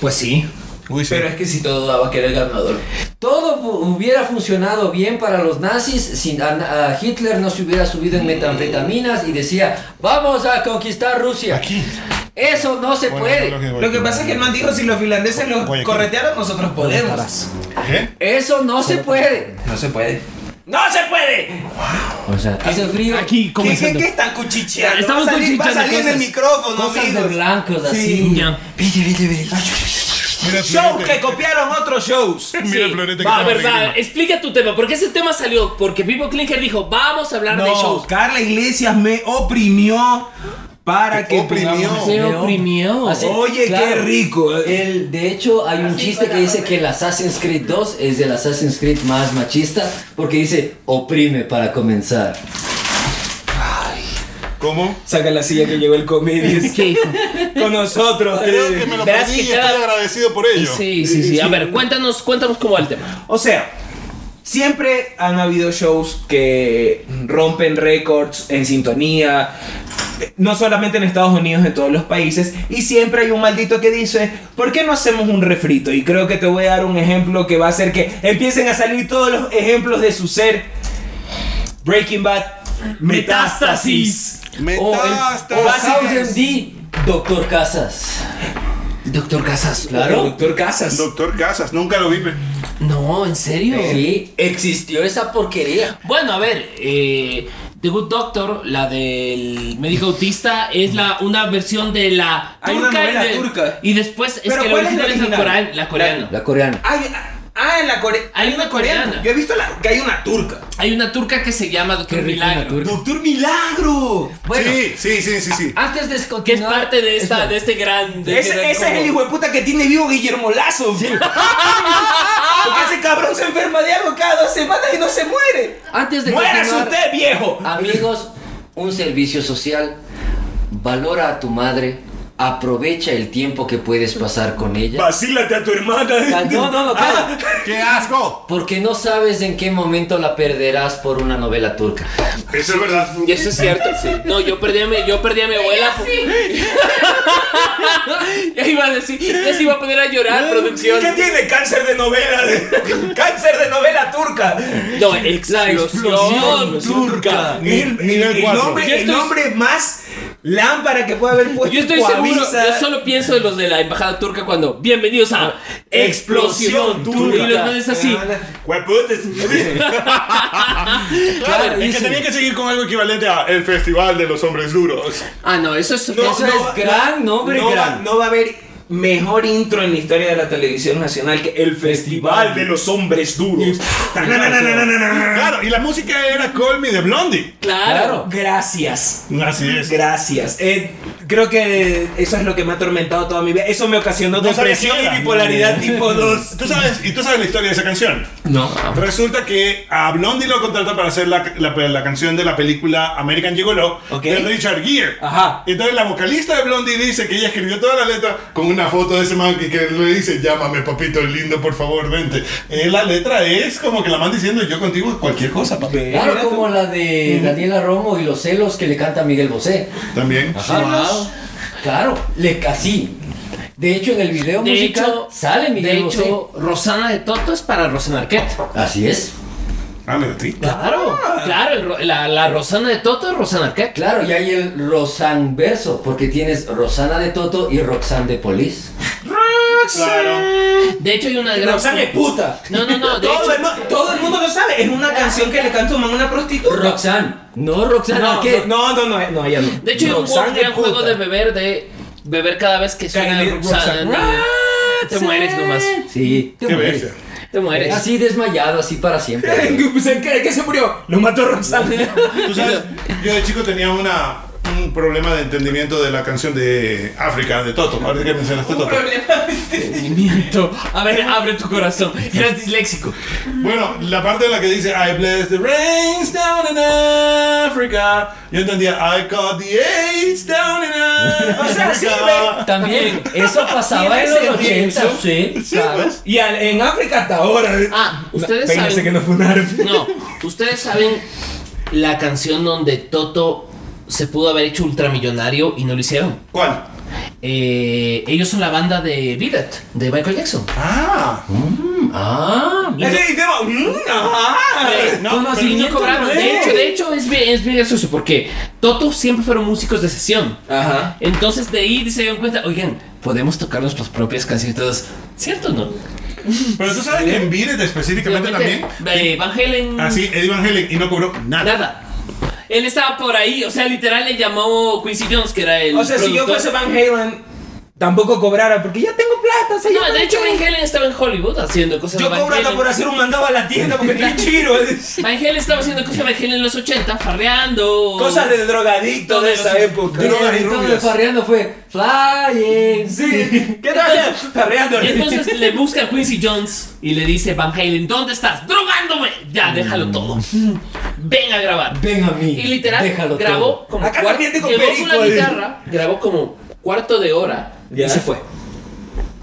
Speaker 3: Pues sí.
Speaker 5: Uy, sí.
Speaker 2: Pero es que si todo daba que era el ganador.
Speaker 4: Todo fu- hubiera funcionado bien para los nazis si a, a Hitler no se hubiera subido en metanfetaminas y decía, vamos a conquistar Rusia.
Speaker 5: Aquí.
Speaker 4: Eso no se puede.
Speaker 2: Lo que pasa es que el man dijo: si los finlandeses los
Speaker 5: Oye, ¿qué?
Speaker 2: corretearon, nosotros podemos.
Speaker 5: ¿Qué?
Speaker 4: Eso no se puede.
Speaker 2: No se puede. ¡No se puede!
Speaker 4: O sea, hace frío.
Speaker 3: Aquí
Speaker 2: ¿Qué, qué,
Speaker 3: comenzando.
Speaker 2: qué están cuchicheando?
Speaker 3: Estamos
Speaker 2: va a salir, va a
Speaker 3: cuchicheando
Speaker 2: salir en el
Speaker 3: cosas.
Speaker 2: micrófono,
Speaker 4: Cosas de
Speaker 2: amigos.
Speaker 4: blancos
Speaker 2: Sí.
Speaker 4: así.
Speaker 3: Ya.
Speaker 4: Vete, vete, vete.
Speaker 5: Mira,
Speaker 2: Shows que
Speaker 5: Florete.
Speaker 2: copiaron otros shows.
Speaker 5: Mira,
Speaker 3: Sí.
Speaker 5: Florete, que
Speaker 3: Va,
Speaker 5: estamos
Speaker 3: verdad,
Speaker 5: riendo.
Speaker 3: explica tu tema. Porque ese tema salió porque Pipo Klinger dijo, vamos a hablar de shows.
Speaker 2: Carla Iglesias me oprimió para
Speaker 5: Te oprimió.
Speaker 2: pongamos-
Speaker 3: Se oprimió.
Speaker 4: Así,
Speaker 2: Oye, qué rico.
Speaker 4: El, de hecho, hay un
Speaker 6: Así
Speaker 4: chiste que
Speaker 6: para
Speaker 4: dice
Speaker 6: comer.
Speaker 4: que el Assassin's Creed 2 es del Assassin's Creed más machista porque dice oprime para comenzar.
Speaker 5: ¿Cómo?
Speaker 2: Saca la silla que llegó el comedies
Speaker 3: ¿Qué hijo?
Speaker 2: con nosotros. eh.
Speaker 5: Creo que me lo
Speaker 3: Verás
Speaker 5: perdí y
Speaker 3: que cada-
Speaker 5: estoy agradecido por ello.
Speaker 3: Sí, sí, sí. A ver, cuéntanos, cuéntanos cómo va el tema.
Speaker 2: O sea, siempre han habido shows que rompen récords en sintonía. No solamente en Estados Unidos, en todos los países. Y siempre hay un maldito que dice, ¿por qué no hacemos un refrito? Y creo que te voy a dar un ejemplo que va a hacer que empiecen a salir todos los ejemplos de su ser. Breaking Bad.
Speaker 3: Metástasis.
Speaker 4: O
Speaker 5: Metástasis.
Speaker 4: House D, Doctor Casas.
Speaker 3: Doctor Casas.
Speaker 4: Claro.
Speaker 2: Doctor Casas.
Speaker 5: Doctor Casas, nunca lo vi. pe.
Speaker 3: No, ¿en serio?
Speaker 4: Sí, existió esa porquería.
Speaker 3: Bueno, a ver, eh, The Good Doctor, la del médico autista, es la una versión de la
Speaker 2: Hay una
Speaker 3: turca, y,
Speaker 2: novela
Speaker 3: de-
Speaker 2: turca.
Speaker 3: y después es
Speaker 2: ¿Pero
Speaker 3: que la
Speaker 2: cuál es
Speaker 3: original
Speaker 2: la
Speaker 3: es la,
Speaker 2: original?
Speaker 3: coreana, la coreana.
Speaker 4: La coreana.
Speaker 2: Hay- ah, en la Corea.
Speaker 3: Hay una coreana.
Speaker 2: Yo he visto la- que hay una turca.
Speaker 3: Hay una turca que se llama Doctor
Speaker 4: rico una
Speaker 3: Milagro,
Speaker 4: turca.
Speaker 2: Doctor Milagro.
Speaker 4: Bueno,
Speaker 5: sí, sí, sí, sí, sí.
Speaker 4: antes de
Speaker 3: que es
Speaker 4: descontinuar-
Speaker 3: parte de esta,
Speaker 4: Espera.
Speaker 3: de este gran. de este
Speaker 2: Ese,
Speaker 3: gran
Speaker 2: ese es el hijo
Speaker 3: combo.
Speaker 2: de puta que tiene vivo Guillermo Lazo. Porque ese cabrón se enferma de algo cada dos semanas y no se muere.
Speaker 4: Antes de
Speaker 2: ¡Muérase
Speaker 4: continuar-
Speaker 2: usted, viejo!
Speaker 3: Ah,
Speaker 4: Amigos, un servicio social. Valora a tu madre. Aprovecha el tiempo que puedes pasar con ella.
Speaker 2: Vacílate a tu
Speaker 4: Cal-
Speaker 2: hermana.
Speaker 4: No, no,
Speaker 3: Ah.
Speaker 4: no, calma.
Speaker 5: ¡Qué asco!
Speaker 4: Porque no sabes en qué momento la perderás por una novela turca.
Speaker 5: Eso es verdad.
Speaker 3: Y eso es cierto. No, yo perdí a mi, yo perdí a mi abuela. por-
Speaker 6: Sí.
Speaker 3: Ya iba a decir, ya se iba a poner a llorar, producción.
Speaker 2: ¿Qué tiene cáncer de novela? cáncer de novela turca.
Speaker 3: No, explosión turca.
Speaker 2: El, el-
Speaker 5: Nivel
Speaker 2: el
Speaker 5: cuatro.
Speaker 2: nombre,
Speaker 3: Yo
Speaker 2: el
Speaker 3: estoy-
Speaker 2: nombre más lámpara que puede haber puesto.
Speaker 3: Yo estoy seguro,
Speaker 2: Coavisa.
Speaker 3: yo solo pienso en los de la embajada turca cuando bienvenidos a Explosión Turca. Y los manes así.
Speaker 2: Ah,
Speaker 5: Hueputas. claro, es que tenía que seguir con algo equivalente a el Festival de los Hombres Duros.
Speaker 3: Ah, no, eso es.
Speaker 2: No,
Speaker 4: Eso
Speaker 2: no,
Speaker 4: es gran nombre,
Speaker 2: no, va,
Speaker 4: gran.
Speaker 2: no va a haber mejor intro en la historia de la televisión nacional que el Festival de los Hombres Duros.
Speaker 5: Claro, y la música era Call Me de Blondie.
Speaker 3: Claro.
Speaker 2: Gracias.
Speaker 5: Así es.
Speaker 2: Gracias. Eh, creo que eso es lo que me ha atormentado toda mi vida. Eso me ocasionó
Speaker 5: No sabía
Speaker 2: depresión
Speaker 5: que era.
Speaker 2: y bipolaridad tipo 2.
Speaker 5: ¿Tú sabes, y tú sabes la historia de esa canción.
Speaker 2: No.
Speaker 5: Resulta que a Blondie lo contrata para hacer la, la- la canción de la película American Gigolo
Speaker 2: Ok.
Speaker 5: de Richard Gere.
Speaker 2: Ajá.
Speaker 5: Entonces la vocalista de Blondie dice que ella escribió toda la letra con una foto de ese man que, que le dice, llámame papito lindo, por favor, vente. Eh, la letra es como que la man diciendo, yo contigo cualquier cosa, papi.
Speaker 4: Claro, como la de Daniela Romo y los celos que le canta Miguel Bosé.
Speaker 5: También.
Speaker 4: Wow. Claro, le casi. De hecho, en el video
Speaker 3: De
Speaker 4: musical
Speaker 3: hecho,
Speaker 4: sale Miguel
Speaker 3: de
Speaker 4: Bosé.
Speaker 3: hecho, Rosana de Toto es para Rosana Arquette.
Speaker 4: Así es.
Speaker 5: Ah, mira, sí.
Speaker 3: Claro, claro, el ro- la, la Rosana de Toto es Rosana Arquette.
Speaker 4: Claro, y hay el Rosan verso, porque tienes Rosana de Toto y Roxanne de Polis.
Speaker 5: Claro.
Speaker 3: De hecho, hay una gran.
Speaker 2: No sabe puta.
Speaker 3: No, no, no, de
Speaker 2: todo,
Speaker 3: hecho- Ah,
Speaker 2: el, mu- todo el mundo lo sabe. Es una canción que le canta un man a una prostituta.
Speaker 4: Roxanne, no Roxanne
Speaker 2: no,
Speaker 4: Arquette.
Speaker 2: Ah, no, no, no, no, ella no.
Speaker 3: De hecho, hay un
Speaker 2: Roxanne
Speaker 3: gran
Speaker 2: es
Speaker 3: juego
Speaker 2: puta.
Speaker 3: de beber, de beber cada vez que suena
Speaker 2: Kylie-
Speaker 3: Roxana.
Speaker 2: Roxana.
Speaker 3: ¿no? Te mueres nomás.
Speaker 4: Sí, te
Speaker 5: Qué
Speaker 4: mueres.
Speaker 5: bestia.
Speaker 3: Te mueres.
Speaker 4: Así desmayado, así para siempre.
Speaker 2: ¿Se- ¿Qué, qué se murió? Lo mató Roxanne.
Speaker 5: Tú sabes, yo de chico tenía una, un problema de entendimiento de la canción de África, de Toto. Ahorita que mencionaste
Speaker 6: Un
Speaker 5: Toto.
Speaker 6: problema.
Speaker 3: Miento. A ver, abre tu corazón. Eres disléxico.
Speaker 5: Bueno, la parte en la que dice I bless the rains down in Africa. Yo entendía I caught the AIDS down in Africa.
Speaker 2: O sea, sí, ve.
Speaker 4: También, eso pasaba en los
Speaker 2: Tiene
Speaker 4: 80.
Speaker 2: sentido.
Speaker 4: Sí,
Speaker 5: Sí,
Speaker 4: claro.
Speaker 5: pues.
Speaker 2: Y al- en África hasta ahora.
Speaker 3: Ah, ustedes
Speaker 2: Pénense
Speaker 3: saben-
Speaker 2: que no fue un árabe.
Speaker 3: No, ustedes saben la canción donde Toto se pudo haber hecho ultramillonario y no lo hicieron.
Speaker 5: ¿Cuál?
Speaker 3: Eh, ellos son la banda de Beat It, de Michael Jackson.
Speaker 5: Ah,
Speaker 4: Ah,
Speaker 2: Ese sistema, mm, ajá.
Speaker 5: no,
Speaker 3: Pero
Speaker 5: pero-
Speaker 3: y Eh, no cobraron. De hecho, de hecho, es bien, es bien gracioso porque Toto siempre fueron músicos de sesión.
Speaker 2: Ajá.
Speaker 3: Entonces de ahí se dieron cuenta, oigan, podemos tocar nuestras propias canciones. Todos, ¿Cierto no?
Speaker 5: pero tú sabes que en Beat It específicamente también. Ah,
Speaker 3: Eh, Van Halen.
Speaker 5: Así, Eddie Van Halen y no cobró nada.
Speaker 3: Nada. Él estaba por ahí, o sea, literal le llamó Quincy Jones, que era el.
Speaker 2: O sea, si yo
Speaker 3: productor.
Speaker 2: fuese Van Halen, tampoco cobrara porque ya tengo plata. O sea,
Speaker 3: No,
Speaker 2: yo
Speaker 3: de hecho, Van Halen estaba en Hollywood haciendo cosas
Speaker 2: Yo
Speaker 3: de Van
Speaker 2: cobro hasta
Speaker 3: Halen.
Speaker 2: por hacer un mandado a la tienda porque estoy chiro. es-
Speaker 3: Van Halen estaba haciendo cosas de Van Halen en los 80, farreando.
Speaker 2: Cosas de drogadicto de esa época.
Speaker 5: Drogas y
Speaker 4: todo de
Speaker 5: rubias.
Speaker 4: farreando fue Flying.
Speaker 2: Sí. ¿Qué tal? Farreando.
Speaker 3: Y entonces le busca a Quincy Jones y le dice, Van Halen, ¿dónde estás? ¡Drogándome! Ya, déjalo todo. Ven a grabar.
Speaker 4: Ven a mí.
Speaker 3: Y literal
Speaker 4: déjalo
Speaker 3: grabó
Speaker 4: todo.
Speaker 3: como
Speaker 2: Acá
Speaker 3: cuar-
Speaker 2: caliente con
Speaker 3: llegó
Speaker 2: perico,
Speaker 3: con la
Speaker 2: eh.
Speaker 3: guitarra, grabó como cuarto de hora
Speaker 2: Ya.
Speaker 3: y se fue.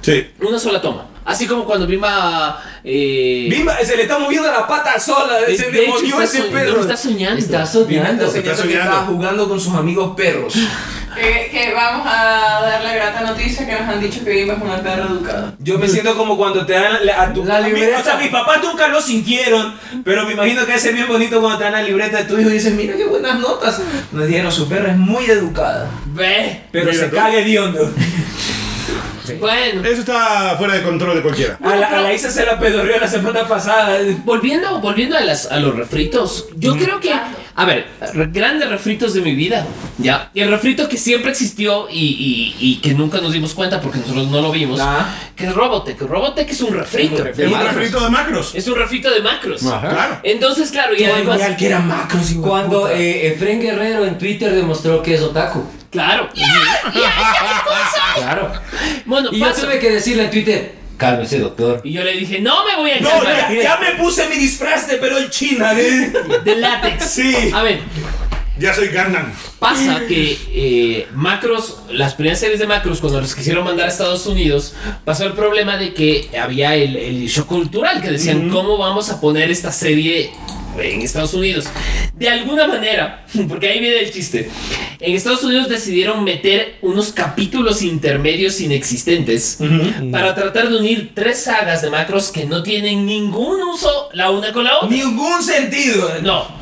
Speaker 5: Sí.
Speaker 3: Una sola toma. Así como cuando Bimba eh,
Speaker 2: Bimba, se le está moviendo la pata sola.
Speaker 3: de-
Speaker 2: Se
Speaker 3: de
Speaker 2: le
Speaker 3: hecho,
Speaker 2: movió
Speaker 3: está
Speaker 2: ese
Speaker 3: soñ-
Speaker 2: perro.
Speaker 3: está soñando.
Speaker 4: Está
Speaker 2: Bimba
Speaker 4: soñando.
Speaker 2: está soñando que
Speaker 5: soñando.
Speaker 2: estaba jugando con sus amigos perros.
Speaker 6: Que, Eh, que vamos a dar la grata noticia que nos han dicho que Bimba es una perra educada.
Speaker 2: Yo me siento como cuando te dan la, a tu
Speaker 4: La
Speaker 2: a mí-
Speaker 4: libreta.
Speaker 2: O sea, mis papás nunca lo sintieron, pero me imagino que es bien bonito cuando te dan la libreta de tu hijo y dices, mira qué buenas notas. Nos dijeron, su perra es muy educada,
Speaker 3: Ve.
Speaker 2: pero
Speaker 5: Mira
Speaker 2: se
Speaker 5: tú.
Speaker 2: cague de hondo. Eh,
Speaker 3: Bueno.
Speaker 5: Eso está fuera de control de cualquiera.
Speaker 2: A la, a la Isa se la pedorrió la semana pasada.
Speaker 3: Volviendo, volviendo a, las, a los refritos, yo creo que, a ver, re- grandes refritos de mi vida, ¿ya? Y el refrito que siempre existió y, y- y que nunca nos dimos cuenta porque nosotros no lo vimos,
Speaker 2: Ah.
Speaker 3: que es Robotech. Robotech es un refrito.
Speaker 5: Es un refrito de macros.
Speaker 3: Es un refrito de macros.
Speaker 5: Claro.
Speaker 3: Entonces, claro, y
Speaker 2: Qué
Speaker 3: además...
Speaker 2: genial que era macro, si
Speaker 4: Cuando eh, Efren Guerrero en Twitter demostró que es otaku.
Speaker 3: Claro. Claro. Bueno,
Speaker 4: Y yo
Speaker 3: paso.
Speaker 4: tuve que decirle en Twitter, cálmese doctor.
Speaker 3: Y yo le dije, no me voy a
Speaker 2: No,
Speaker 3: calmar.
Speaker 2: ya, ya me puse mi disfraz de pero en China. ¿eh?
Speaker 3: De látex.
Speaker 2: Sí.
Speaker 3: A ver,
Speaker 5: Ya soy Gangnam.
Speaker 3: pasa que eh, Macros, las primeras series de Macros, cuando los quisieron mandar a Estados Unidos, pasó el problema de que había el, el shock cultural, que decían, ¿cómo vamos a poner esta serie en Estados Unidos? De alguna manera, porque ahí viene el chiste, en Estados Unidos decidieron meter unos capítulos intermedios inexistentes para tratar de unir tres sagas de Macros que no tienen ningún uso la una con la otra.
Speaker 2: Ningún sentido.
Speaker 3: No.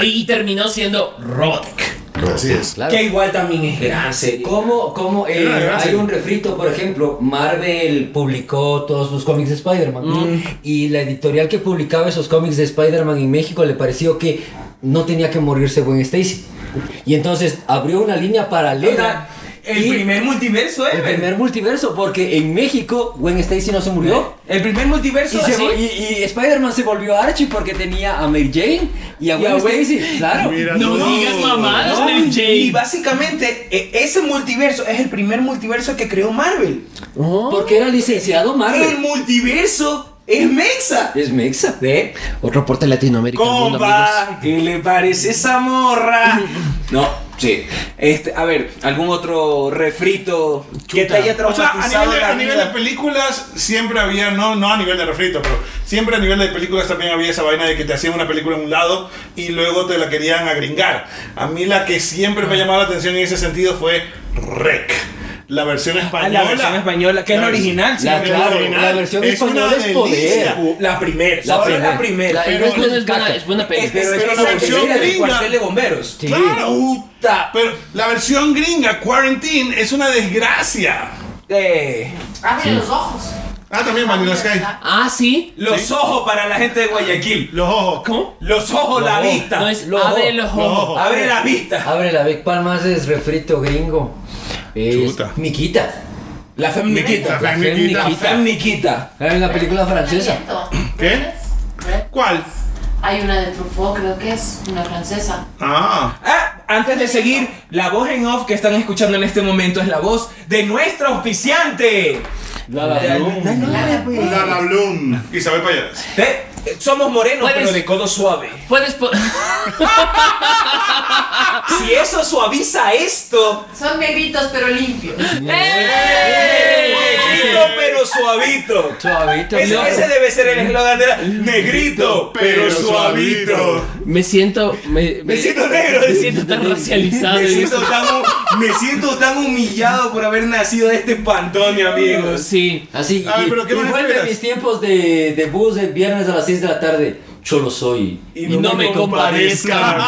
Speaker 3: Y terminó siendo Robotech.
Speaker 5: Así es.
Speaker 4: Claro.
Speaker 2: Que igual también es gran serie.
Speaker 4: ¿Cómo, cómo eh,
Speaker 5: Ah, gracias.
Speaker 4: hay un refrito, por ejemplo, Marvel publicó todos sus cómics de Spider-Man y la editorial que publicaba esos cómics de Spider-Man en México le pareció que no tenía que morirse Gwen Stacy. Y entonces abrió una línea
Speaker 2: Una-
Speaker 4: paralela
Speaker 2: El
Speaker 4: Y-
Speaker 2: primer multiverso,
Speaker 4: El
Speaker 2: ever.
Speaker 4: primer multiverso, porque en México Gwen Stacy no se murió.
Speaker 2: El primer multiverso
Speaker 4: Y, se
Speaker 2: así.
Speaker 4: vol- y- y Spider-Man se volvió Archie porque tenía a Mary Jane y a
Speaker 2: Y a
Speaker 4: Gwen
Speaker 2: Gwen-
Speaker 4: Stacy, claro.
Speaker 5: Mira,
Speaker 3: No
Speaker 5: tú.
Speaker 3: digas mamadas,
Speaker 2: No,
Speaker 3: Mary
Speaker 2: y- Y
Speaker 3: Jane.
Speaker 2: básicamente e- ese multiverso es el primer multiverso que creó Marvel.
Speaker 4: Porque era licenciado
Speaker 2: El
Speaker 4: Marvel.
Speaker 2: multiverso es Mexa.
Speaker 4: Es Mexa.
Speaker 2: ¿Ve?
Speaker 3: Otro aporte latinoamericano.
Speaker 2: Compa, ¿qué le parece esa morra? No, sí. Este, a ver, algún otro refrito que te haya
Speaker 5: O sea, a
Speaker 2: traumatizado
Speaker 5: nivel, de,
Speaker 2: la
Speaker 5: a nivel
Speaker 2: vida?
Speaker 5: de películas siempre había, no, no a nivel de refrito, pero siempre a nivel de películas también había esa vaina de que te hacían una película en un lado y luego te la querían agringar. A mí la que siempre me ha llamado la atención en ese sentido fue Rec. La versión
Speaker 2: Ah,
Speaker 5: española.
Speaker 2: la versión española, que es la
Speaker 5: vers-
Speaker 2: original, sí.
Speaker 4: La,
Speaker 5: la
Speaker 4: claro,
Speaker 5: original
Speaker 4: la versión
Speaker 5: es
Speaker 4: española
Speaker 5: una
Speaker 4: es
Speaker 5: delicia.
Speaker 4: poder.
Speaker 2: La primera,
Speaker 4: La
Speaker 2: solo la
Speaker 4: primera.
Speaker 2: primera.
Speaker 3: La-
Speaker 5: Pero-
Speaker 3: es, buena, es buena- es buena peli.
Speaker 2: Es- es-
Speaker 5: pero
Speaker 2: es
Speaker 5: la
Speaker 2: la
Speaker 5: versión
Speaker 2: primera del
Speaker 5: gringa-
Speaker 2: cuartel de bomberos.
Speaker 5: Claro,
Speaker 2: Puta.
Speaker 5: pero la versión gringa, Quarantine, es una desgracia.
Speaker 2: Eh,
Speaker 6: Abre los ojos.
Speaker 5: Ah, también Vanilla Sky.
Speaker 3: Ah, sí.
Speaker 2: los ojos para la gente de Guayaquil.
Speaker 5: Los ojos.
Speaker 3: ¿Cómo?
Speaker 2: Los ojos, la vista.
Speaker 3: No es
Speaker 4: Los
Speaker 3: abre
Speaker 4: ojos.
Speaker 5: Los
Speaker 3: los ojos.
Speaker 5: ojos.
Speaker 2: Abre la vista.
Speaker 4: Abre la Big Palmas es refrito gringo. Es
Speaker 5: Chuta.
Speaker 4: Miquita.
Speaker 2: La femniquita.
Speaker 5: La
Speaker 4: Fem
Speaker 5: Femniquita.
Speaker 2: La femniquita.
Speaker 4: Era una película francesa.
Speaker 5: ¿Qué? ¿Cuál?
Speaker 7: Hay una de Truffaut, creo que es una francesa.
Speaker 5: Ah.
Speaker 2: Ah, antes de seguir, la voz en off que están escuchando en este momento es la voz de nuestro auspiciante.
Speaker 4: La Bloom.
Speaker 2: No, no,
Speaker 7: Lara Bloom.
Speaker 5: Lala Bloom. Isabel Payares.
Speaker 2: Eh, Somos morenos,
Speaker 3: Puedes-
Speaker 2: pero de codo suave.
Speaker 3: Puedes. po-
Speaker 2: Si eso suaviza esto,
Speaker 7: Son bebitos pero limpios.
Speaker 3: ¡Eh!
Speaker 2: negrito pero suavito.
Speaker 4: Suavito.
Speaker 2: Ese,
Speaker 4: ¿no?
Speaker 2: ese debe ser el eslogan de la negrito pero suavito.
Speaker 3: Me siento. Me,
Speaker 2: Me siento negro.
Speaker 3: Me siento tan racializado. ¿eh?
Speaker 2: Me
Speaker 3: en
Speaker 2: siento,
Speaker 3: esto.
Speaker 2: tan, hu- me siento tan humillado por haber nacido de este pantone, amigos.
Speaker 3: Sí.
Speaker 4: Así.
Speaker 5: A ver,
Speaker 4: y-
Speaker 5: pero ¿qué
Speaker 4: y
Speaker 5: más
Speaker 4: vuelve
Speaker 5: esperas?
Speaker 4: mis tiempos de, de bus el viernes a las 6 de la tarde. Yo lo soy.
Speaker 3: Y no me compadezcan.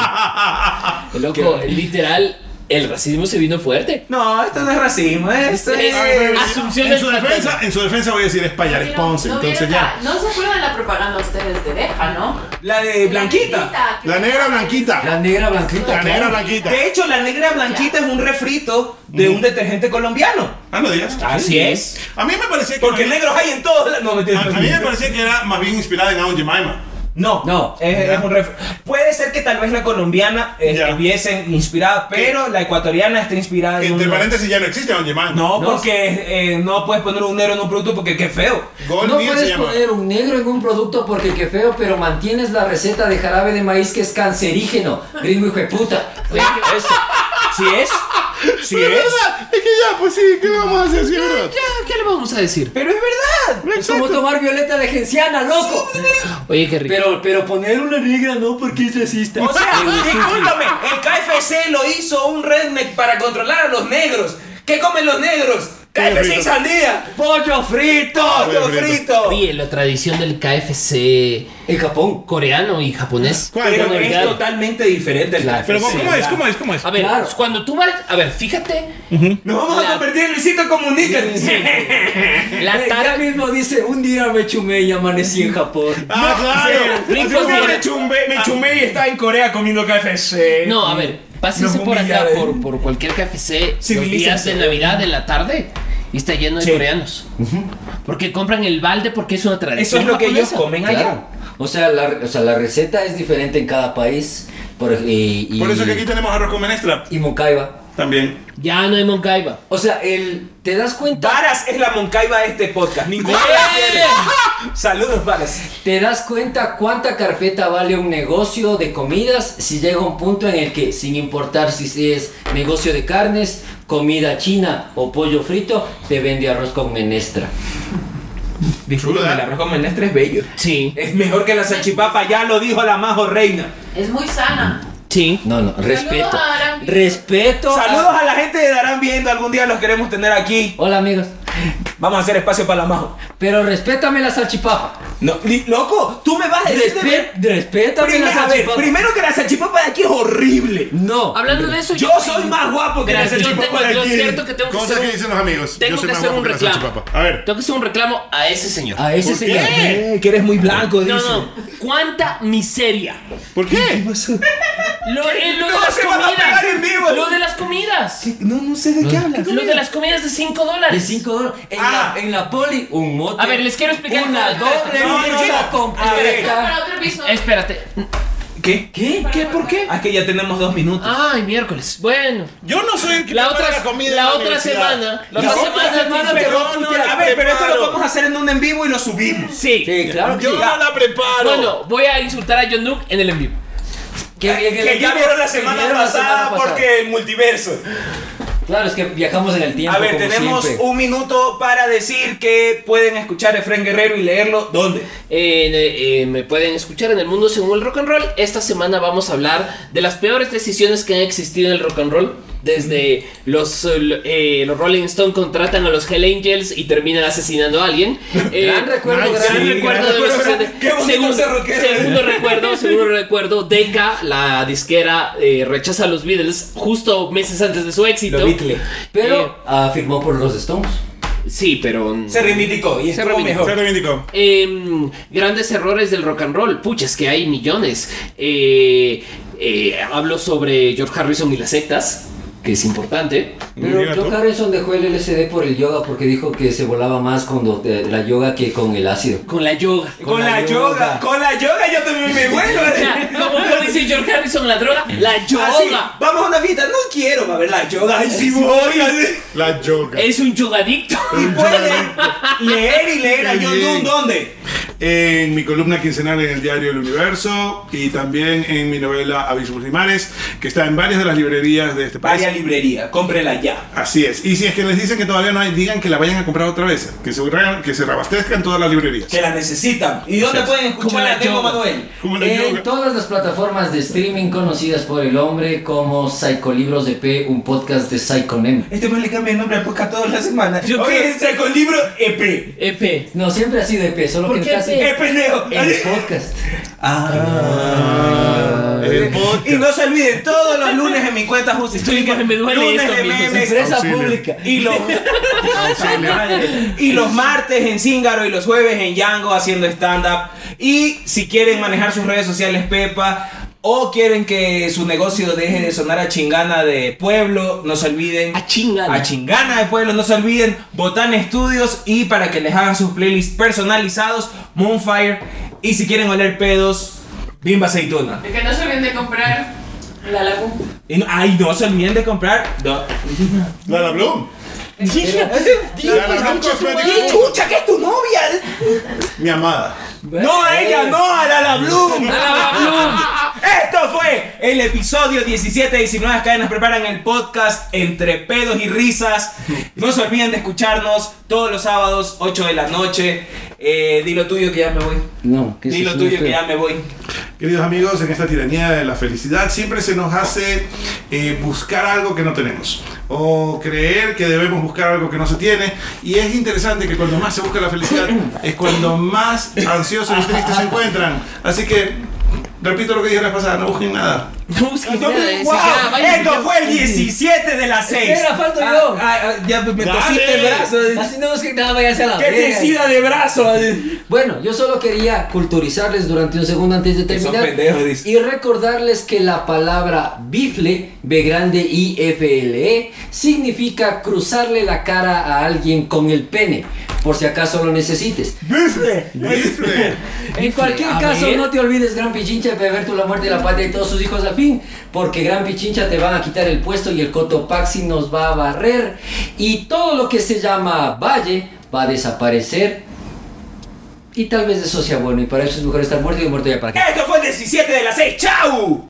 Speaker 3: Loco, literal, el racismo se vino fuerte.
Speaker 2: No, esto no es racismo, ¿eh? esto
Speaker 3: Este
Speaker 2: es...
Speaker 3: es-
Speaker 5: A ver, pero-
Speaker 3: Asunción
Speaker 5: en su
Speaker 3: del Pantano.
Speaker 5: defensa, en su defensa voy a decir es Payares
Speaker 7: Pero
Speaker 5: Ponce,
Speaker 7: no
Speaker 5: entonces
Speaker 7: vieron
Speaker 5: ya.
Speaker 7: la- no se acuerdan la propaganda ustedes de Deja, ¿no?
Speaker 2: La de Blanquita.
Speaker 7: que-
Speaker 5: Eh, La negra blanquita.
Speaker 4: La negra blanquita.
Speaker 5: La
Speaker 4: claro.
Speaker 5: negra blanquita.
Speaker 2: De hecho, la negra blanquita es un refrito de un detergente colombiano.
Speaker 5: Ah, no digas.
Speaker 2: Así es.
Speaker 5: A mí me parecía que.
Speaker 2: Porque negros hay en todos lados. No,
Speaker 5: a,
Speaker 2: mentira.
Speaker 5: a mí Ah, me parecía que era más bien inspirada en Aunt Jemima.
Speaker 2: No,
Speaker 4: No.
Speaker 2: Es, es un ref- Puede ser que tal vez la colombiana eh,
Speaker 5: Ya.
Speaker 2: estuviese inspirada, pero la ecuatoriana está
Speaker 3: Ah,
Speaker 2: inspirada en
Speaker 5: Entre
Speaker 2: un-
Speaker 5: paréntesis ya no existe Aunt Jemima.
Speaker 2: No, porque eh, no puedes poner un negro en un producto porque qué feo.
Speaker 5: Gold
Speaker 4: No
Speaker 5: Meal se
Speaker 4: puedes
Speaker 5: llama.
Speaker 4: poner un negro en un producto porque qué feo, pero mantienes la receta de jarabe de maíz que es cancerígeno. Gringo hijo de puta.
Speaker 3: Oye, eso.
Speaker 2: Si es, si
Speaker 5: Pero
Speaker 2: es.
Speaker 5: verdad, es que ya, pues sí, ¿qué le vamos a hacer? Sí, es verdad.
Speaker 3: Ya, ¿Qué le vamos a decir?
Speaker 2: Pero es verdad.
Speaker 4: Es como tomar violeta de genciana, loco.
Speaker 3: Oye, qué rico.
Speaker 4: Pero, pero poner una negra no porque es racista.
Speaker 2: O sea, discúlpame, el KFC lo hizo un redneck para controlar a los negros. ¿Qué comen los negros? KFC y
Speaker 5: frito.
Speaker 2: sandía.
Speaker 4: pollo frito.
Speaker 2: Pollo
Speaker 5: frito.
Speaker 2: frito.
Speaker 3: Oye, la tradición del KFC
Speaker 4: En Japón.
Speaker 3: coreano y japonés.
Speaker 5: ¿Cuál?
Speaker 2: Pero
Speaker 5: Bueno,
Speaker 2: es
Speaker 3: ya.
Speaker 2: totalmente diferente el KFC.
Speaker 5: Pero ¿cómo es?
Speaker 2: ya.
Speaker 5: ¿Cómo es? ¿Cómo es?
Speaker 3: A ver,
Speaker 4: Claro.
Speaker 3: cuando tú vas. A ver, fíjate.
Speaker 2: Nos vamos a
Speaker 3: La-
Speaker 2: convertir en Luisito Comunica.
Speaker 3: La
Speaker 4: Eh, Ya
Speaker 3: tara.
Speaker 4: mismo dice, un día me chumé y amanecí en Japón.
Speaker 5: Ah, claro.
Speaker 2: Sí,
Speaker 3: Ricos
Speaker 2: así como
Speaker 3: de-
Speaker 2: me chumbe, me chumé y está en Corea comiendo KFC.
Speaker 3: No, a ver, pásense
Speaker 2: Nos
Speaker 3: por acá,
Speaker 2: humillaron.
Speaker 3: por, por cualquier KFC, los
Speaker 2: Civilícense.
Speaker 3: días de Navidad, de la tarde, y está lleno de
Speaker 2: Sí.
Speaker 3: coreanos. Porque compran el balde porque es una
Speaker 2: Eso
Speaker 3: tradición.
Speaker 2: es lo que ellos
Speaker 3: japonesa.
Speaker 2: comen
Speaker 4: Claro.
Speaker 2: allá.
Speaker 4: O sea, la, o sea, la receta es diferente en cada país. Por, ej- y, y-
Speaker 5: Por eso que aquí tenemos arroz con menestra.
Speaker 4: Y Moncaiba.
Speaker 5: También.
Speaker 3: Ya no hay Moncaiba.
Speaker 4: O sea, el, ¿te das cuenta?
Speaker 2: Varas es la Moncaiba de este podcast. Ninguna la tiene. Saludos, Varas.
Speaker 4: ¿Te das cuenta cuánta carpeta vale un negocio de comidas si llega un punto en el que, sin importar si es negocio de carnes, comida china o pollo frito, te vende arroz con menestra?
Speaker 2: Disculpen, el arroz con menestra es bello.
Speaker 3: Sí,
Speaker 2: Es mejor que la salchipapa, ya lo dijo la majo reina.
Speaker 7: Es muy sana.
Speaker 3: sí.
Speaker 4: No, no, respeto.
Speaker 7: a Aram.
Speaker 4: Respeto. a-
Speaker 2: Saludos a la gente de Darán viendo, algún día los queremos tener aquí.
Speaker 4: Hola amigos.
Speaker 2: Vamos a hacer espacio para la majo.
Speaker 4: Pero respétame la salchipapa.
Speaker 2: No, li- loco, tú me vas a decir. Ah, de ver-
Speaker 4: Respe- respétame
Speaker 2: Primero,
Speaker 4: la
Speaker 2: a ver,
Speaker 4: salchipapa.
Speaker 2: primero que la salchipapa de aquí es horrible.
Speaker 4: No.
Speaker 3: Hablando de eso,
Speaker 2: Yo soy más guapo que la
Speaker 3: Gracias, yo
Speaker 2: salchipapa
Speaker 3: tengo,
Speaker 2: de
Speaker 3: yo
Speaker 2: aquí.
Speaker 3: es cierto que tengo que
Speaker 5: Cosas
Speaker 3: hacer
Speaker 5: que
Speaker 3: un-
Speaker 5: dicen los amigos.
Speaker 3: Tengo
Speaker 5: Yo soy
Speaker 3: que
Speaker 5: más
Speaker 3: hacer
Speaker 5: guapo
Speaker 3: un
Speaker 5: que la
Speaker 3: reclamo.
Speaker 5: salchipapa. A ver.
Speaker 3: Tengo que hacer un reclamo a ese señor.
Speaker 4: A ese
Speaker 5: ¿Por
Speaker 4: señor.
Speaker 5: qué?
Speaker 2: Eh, que eres muy blanco, dice.
Speaker 3: No, no. ¿Cuánta miseria?
Speaker 5: ¿Por qué?
Speaker 3: Lo, eh, lo de
Speaker 2: No,
Speaker 3: las
Speaker 2: se van a
Speaker 3: comidas.
Speaker 2: pegar en vivo.
Speaker 3: Lo de las comidas.
Speaker 2: No, no sé de qué hablas.
Speaker 3: Lo de las comidas de 5 dólares.
Speaker 4: De 5 dólares. En,
Speaker 2: Ah.
Speaker 4: la, en la poli, un mote.
Speaker 3: A ver, les quiero explicar.
Speaker 4: Una doble
Speaker 2: No, no,
Speaker 4: pizza
Speaker 2: no.
Speaker 4: completa.
Speaker 7: Para otro episodio.
Speaker 3: Espérate.
Speaker 2: ¿Qué?
Speaker 4: ¿Qué?
Speaker 2: ¿Qué? ¿Por qué? Ah, que ya tenemos dos minutos.
Speaker 3: Ay, miércoles. Bueno.
Speaker 5: Yo no soy el que
Speaker 3: La
Speaker 5: prepara
Speaker 3: otra-
Speaker 5: comida
Speaker 3: la
Speaker 5: en
Speaker 3: otra
Speaker 5: universidad.
Speaker 3: semana- la
Speaker 5: Yo
Speaker 3: otra
Speaker 5: no-
Speaker 3: semana-
Speaker 4: te
Speaker 5: Pero
Speaker 4: va a
Speaker 5: no
Speaker 4: putear.
Speaker 5: la
Speaker 2: a ver, pero esto lo
Speaker 5: preparo.
Speaker 2: vamos a hacer en un en vivo y lo subimos.
Speaker 3: Eh, Sí.
Speaker 4: Sí, claro que
Speaker 5: Yo
Speaker 4: sí.
Speaker 5: no la preparo.
Speaker 3: Bueno, voy a insultar a John Duke en el en vivo.
Speaker 4: Que, que- que-
Speaker 2: Que ya
Speaker 4: que-
Speaker 2: vieron la
Speaker 4: que
Speaker 2: semana
Speaker 4: vieron la semana
Speaker 2: pasada porque el multiverso.
Speaker 4: Claro, es que viajamos en el tiempo.
Speaker 2: A ver,
Speaker 4: como
Speaker 2: tenemos
Speaker 4: siempre.
Speaker 2: un minuto para decir que pueden escuchar a Efren Guerrero y leerlo. ¿Dónde?
Speaker 3: Eh, eh, eh, me pueden escuchar en el mundo según el rock and roll. Esta semana vamos a hablar de las peores decisiones que han existido en el rock and roll. Desde los, eh, lo- eh, los Rolling Stones contratan a los Hell Angels y terminan asesinando a alguien. Eh,
Speaker 4: Gran recuerdo,
Speaker 3: gran
Speaker 4: gran-
Speaker 3: recuerdo de los
Speaker 2: recuerdo.
Speaker 3: 60.
Speaker 2: Qué bonito
Speaker 3: Segundo-
Speaker 2: ser rockero. ¿eh?
Speaker 3: segundo recuerdo, segundo recuerdo, Decca, la disquera, eh, rechaza a los Beatles justo meses antes de su éxito.
Speaker 2: Lo Beatle.
Speaker 4: Pero
Speaker 3: Eh,
Speaker 4: ah, firmó por los Stones.
Speaker 3: sí, pero.
Speaker 2: Se reivindicó y
Speaker 3: Se
Speaker 2: estuvo
Speaker 3: reivindicó.
Speaker 5: Se
Speaker 2: mejor.
Speaker 5: reivindicó.
Speaker 3: Em, grandes errores del rock and roll. Pucha, es que hay millones. Eh, eh, hablo sobre George Harrison y las sectas, que es importante.
Speaker 4: Pero
Speaker 5: Mira tú.
Speaker 4: John Harrison dejó el LSD por el yoga porque dijo que se volaba más con do- de- la yoga que con el ácido.
Speaker 3: Con la yoga.
Speaker 2: Con la yoga, con la yoga yo también me vuelvo.
Speaker 3: O sea, como lo dice George Harrison, la droga, la yoga.
Speaker 2: Así, vamos a una fiesta, no quiero va a ver la yoga. Ay, sí voy. así.
Speaker 5: La yoga.
Speaker 3: Es un yogadicto.
Speaker 2: Y pueden leer y leer a
Speaker 5: Qué
Speaker 2: John
Speaker 5: bien.
Speaker 2: Doon, ¿dónde?
Speaker 5: en mi columna quincenal en el diario El Universo y también en mi novela Abismos y Mares, que está en varias de las librerías de este país.
Speaker 2: Vaya librería, cómprela ya.
Speaker 5: Así es. Y si es que les dicen que todavía no hay, digan que la vayan a comprar otra vez, que se, re- que se reabastezcan todas las librerías.
Speaker 2: Que la necesitan. ¿Y dónde pueden
Speaker 3: Como
Speaker 2: escuchar
Speaker 3: la
Speaker 2: a Tengo
Speaker 3: yoga.
Speaker 2: Manuel?
Speaker 5: Como la
Speaker 4: En
Speaker 5: yoga.
Speaker 4: todas las plataformas de streaming conocidas por el hombre como Psicolibros de P, un podcast de Psiconem.
Speaker 2: Este man le cambia el nombre al podcast todas las semanas.
Speaker 3: Yo
Speaker 2: Oye,
Speaker 3: creo-
Speaker 2: entra con libro E EP.
Speaker 3: Epe.
Speaker 4: No, siempre ha sido de P, solo
Speaker 3: ¿Por
Speaker 4: que
Speaker 3: qué
Speaker 4: casi
Speaker 3: EP?
Speaker 2: EP
Speaker 3: E
Speaker 2: pendejo.
Speaker 4: el podcast.
Speaker 2: Ah.
Speaker 5: El podcast.
Speaker 2: Y no se olviden, todos los lunes en mi cuenta justifica.
Speaker 3: Estoy- me duele
Speaker 2: lunes
Speaker 3: esto,
Speaker 2: de
Speaker 3: amigos.
Speaker 2: memes,
Speaker 4: Empresa
Speaker 5: Auxilio.
Speaker 4: pública.
Speaker 2: Y los,
Speaker 5: Auxilio.
Speaker 2: y los martes en Zíngaro y los jueves en Yango haciendo stand-up. Y si quieren manejar sus redes sociales, Pepa, o quieren que su negocio deje de sonar a chingana de pueblo, no se olviden.
Speaker 3: A chingana.
Speaker 2: A chingana de pueblo, no se olviden. Botan Studios y para que les hagan sus playlists personalizados, Moonfire. Y si quieren oler pedos, Bimba Aceituna.
Speaker 6: Y que no se olviden de comprar la laguna.
Speaker 2: Y no- ay, no se olviden de comprar. No.
Speaker 5: La la Bloom. La
Speaker 3: pues,
Speaker 5: la Bloom
Speaker 2: ¡Qué
Speaker 5: Cosméticos.
Speaker 2: chucha, que es tu novia!
Speaker 5: Mi amada.
Speaker 2: No a
Speaker 4: Eh,
Speaker 2: ella, no a Lala Bloom. Esto fue el episodio 17 de 19 cadenas preparan el podcast entre pedos y risas. No se olviden de escucharnos todos los sábados 8 de la noche. Eh, dilo tuyo que ya me voy.
Speaker 4: No, que
Speaker 2: Dilo tuyo que ya me voy.
Speaker 5: Queridos amigos, en esta tiranía de la felicidad siempre se nos hace eh, buscar algo que no tenemos o creer que debemos buscar algo que no se tiene y es interesante que cuando más se busca la felicidad es cuando más ansiosos y tristes se encuentran. Así que repito lo que dije la vez pasada, no busquen nada.
Speaker 3: No busquen
Speaker 2: Wow,
Speaker 3: nada de eso. Ya, vayan.
Speaker 2: esto fue el 17 de las 6.
Speaker 4: Espera, falto yo.
Speaker 2: ah, ya me
Speaker 5: Dale.
Speaker 2: tosiste el brazo.
Speaker 4: Así no es que nada vaya a la
Speaker 2: ¡Qué
Speaker 4: verga.
Speaker 2: tecida de brazo!
Speaker 4: Bueno, yo solo quería culturizarles durante un segundo antes de
Speaker 2: Que son
Speaker 4: terminar.
Speaker 2: pendejos, dice.
Speaker 4: y recordarles que la palabra bifle, B grande I F L E, significa cruzarle la cara a alguien con el pene, por si acaso lo necesites.
Speaker 5: Disfrute.
Speaker 4: En cualquier
Speaker 3: a
Speaker 4: caso,
Speaker 3: ver.
Speaker 4: no te olvides, Gran Pichincha, de beber tu la muerte y la patria y todos sus hijos al fin, porque Gran Pichincha te van a quitar el puesto y el Cotopaxi nos va a barrer y todo lo que se llama valle va a desaparecer. Y tal vez eso sea bueno, y para eso es mejor estar muerto y muerto ya para qué.
Speaker 2: Esto fue el 17 de las 6. ¡Chau!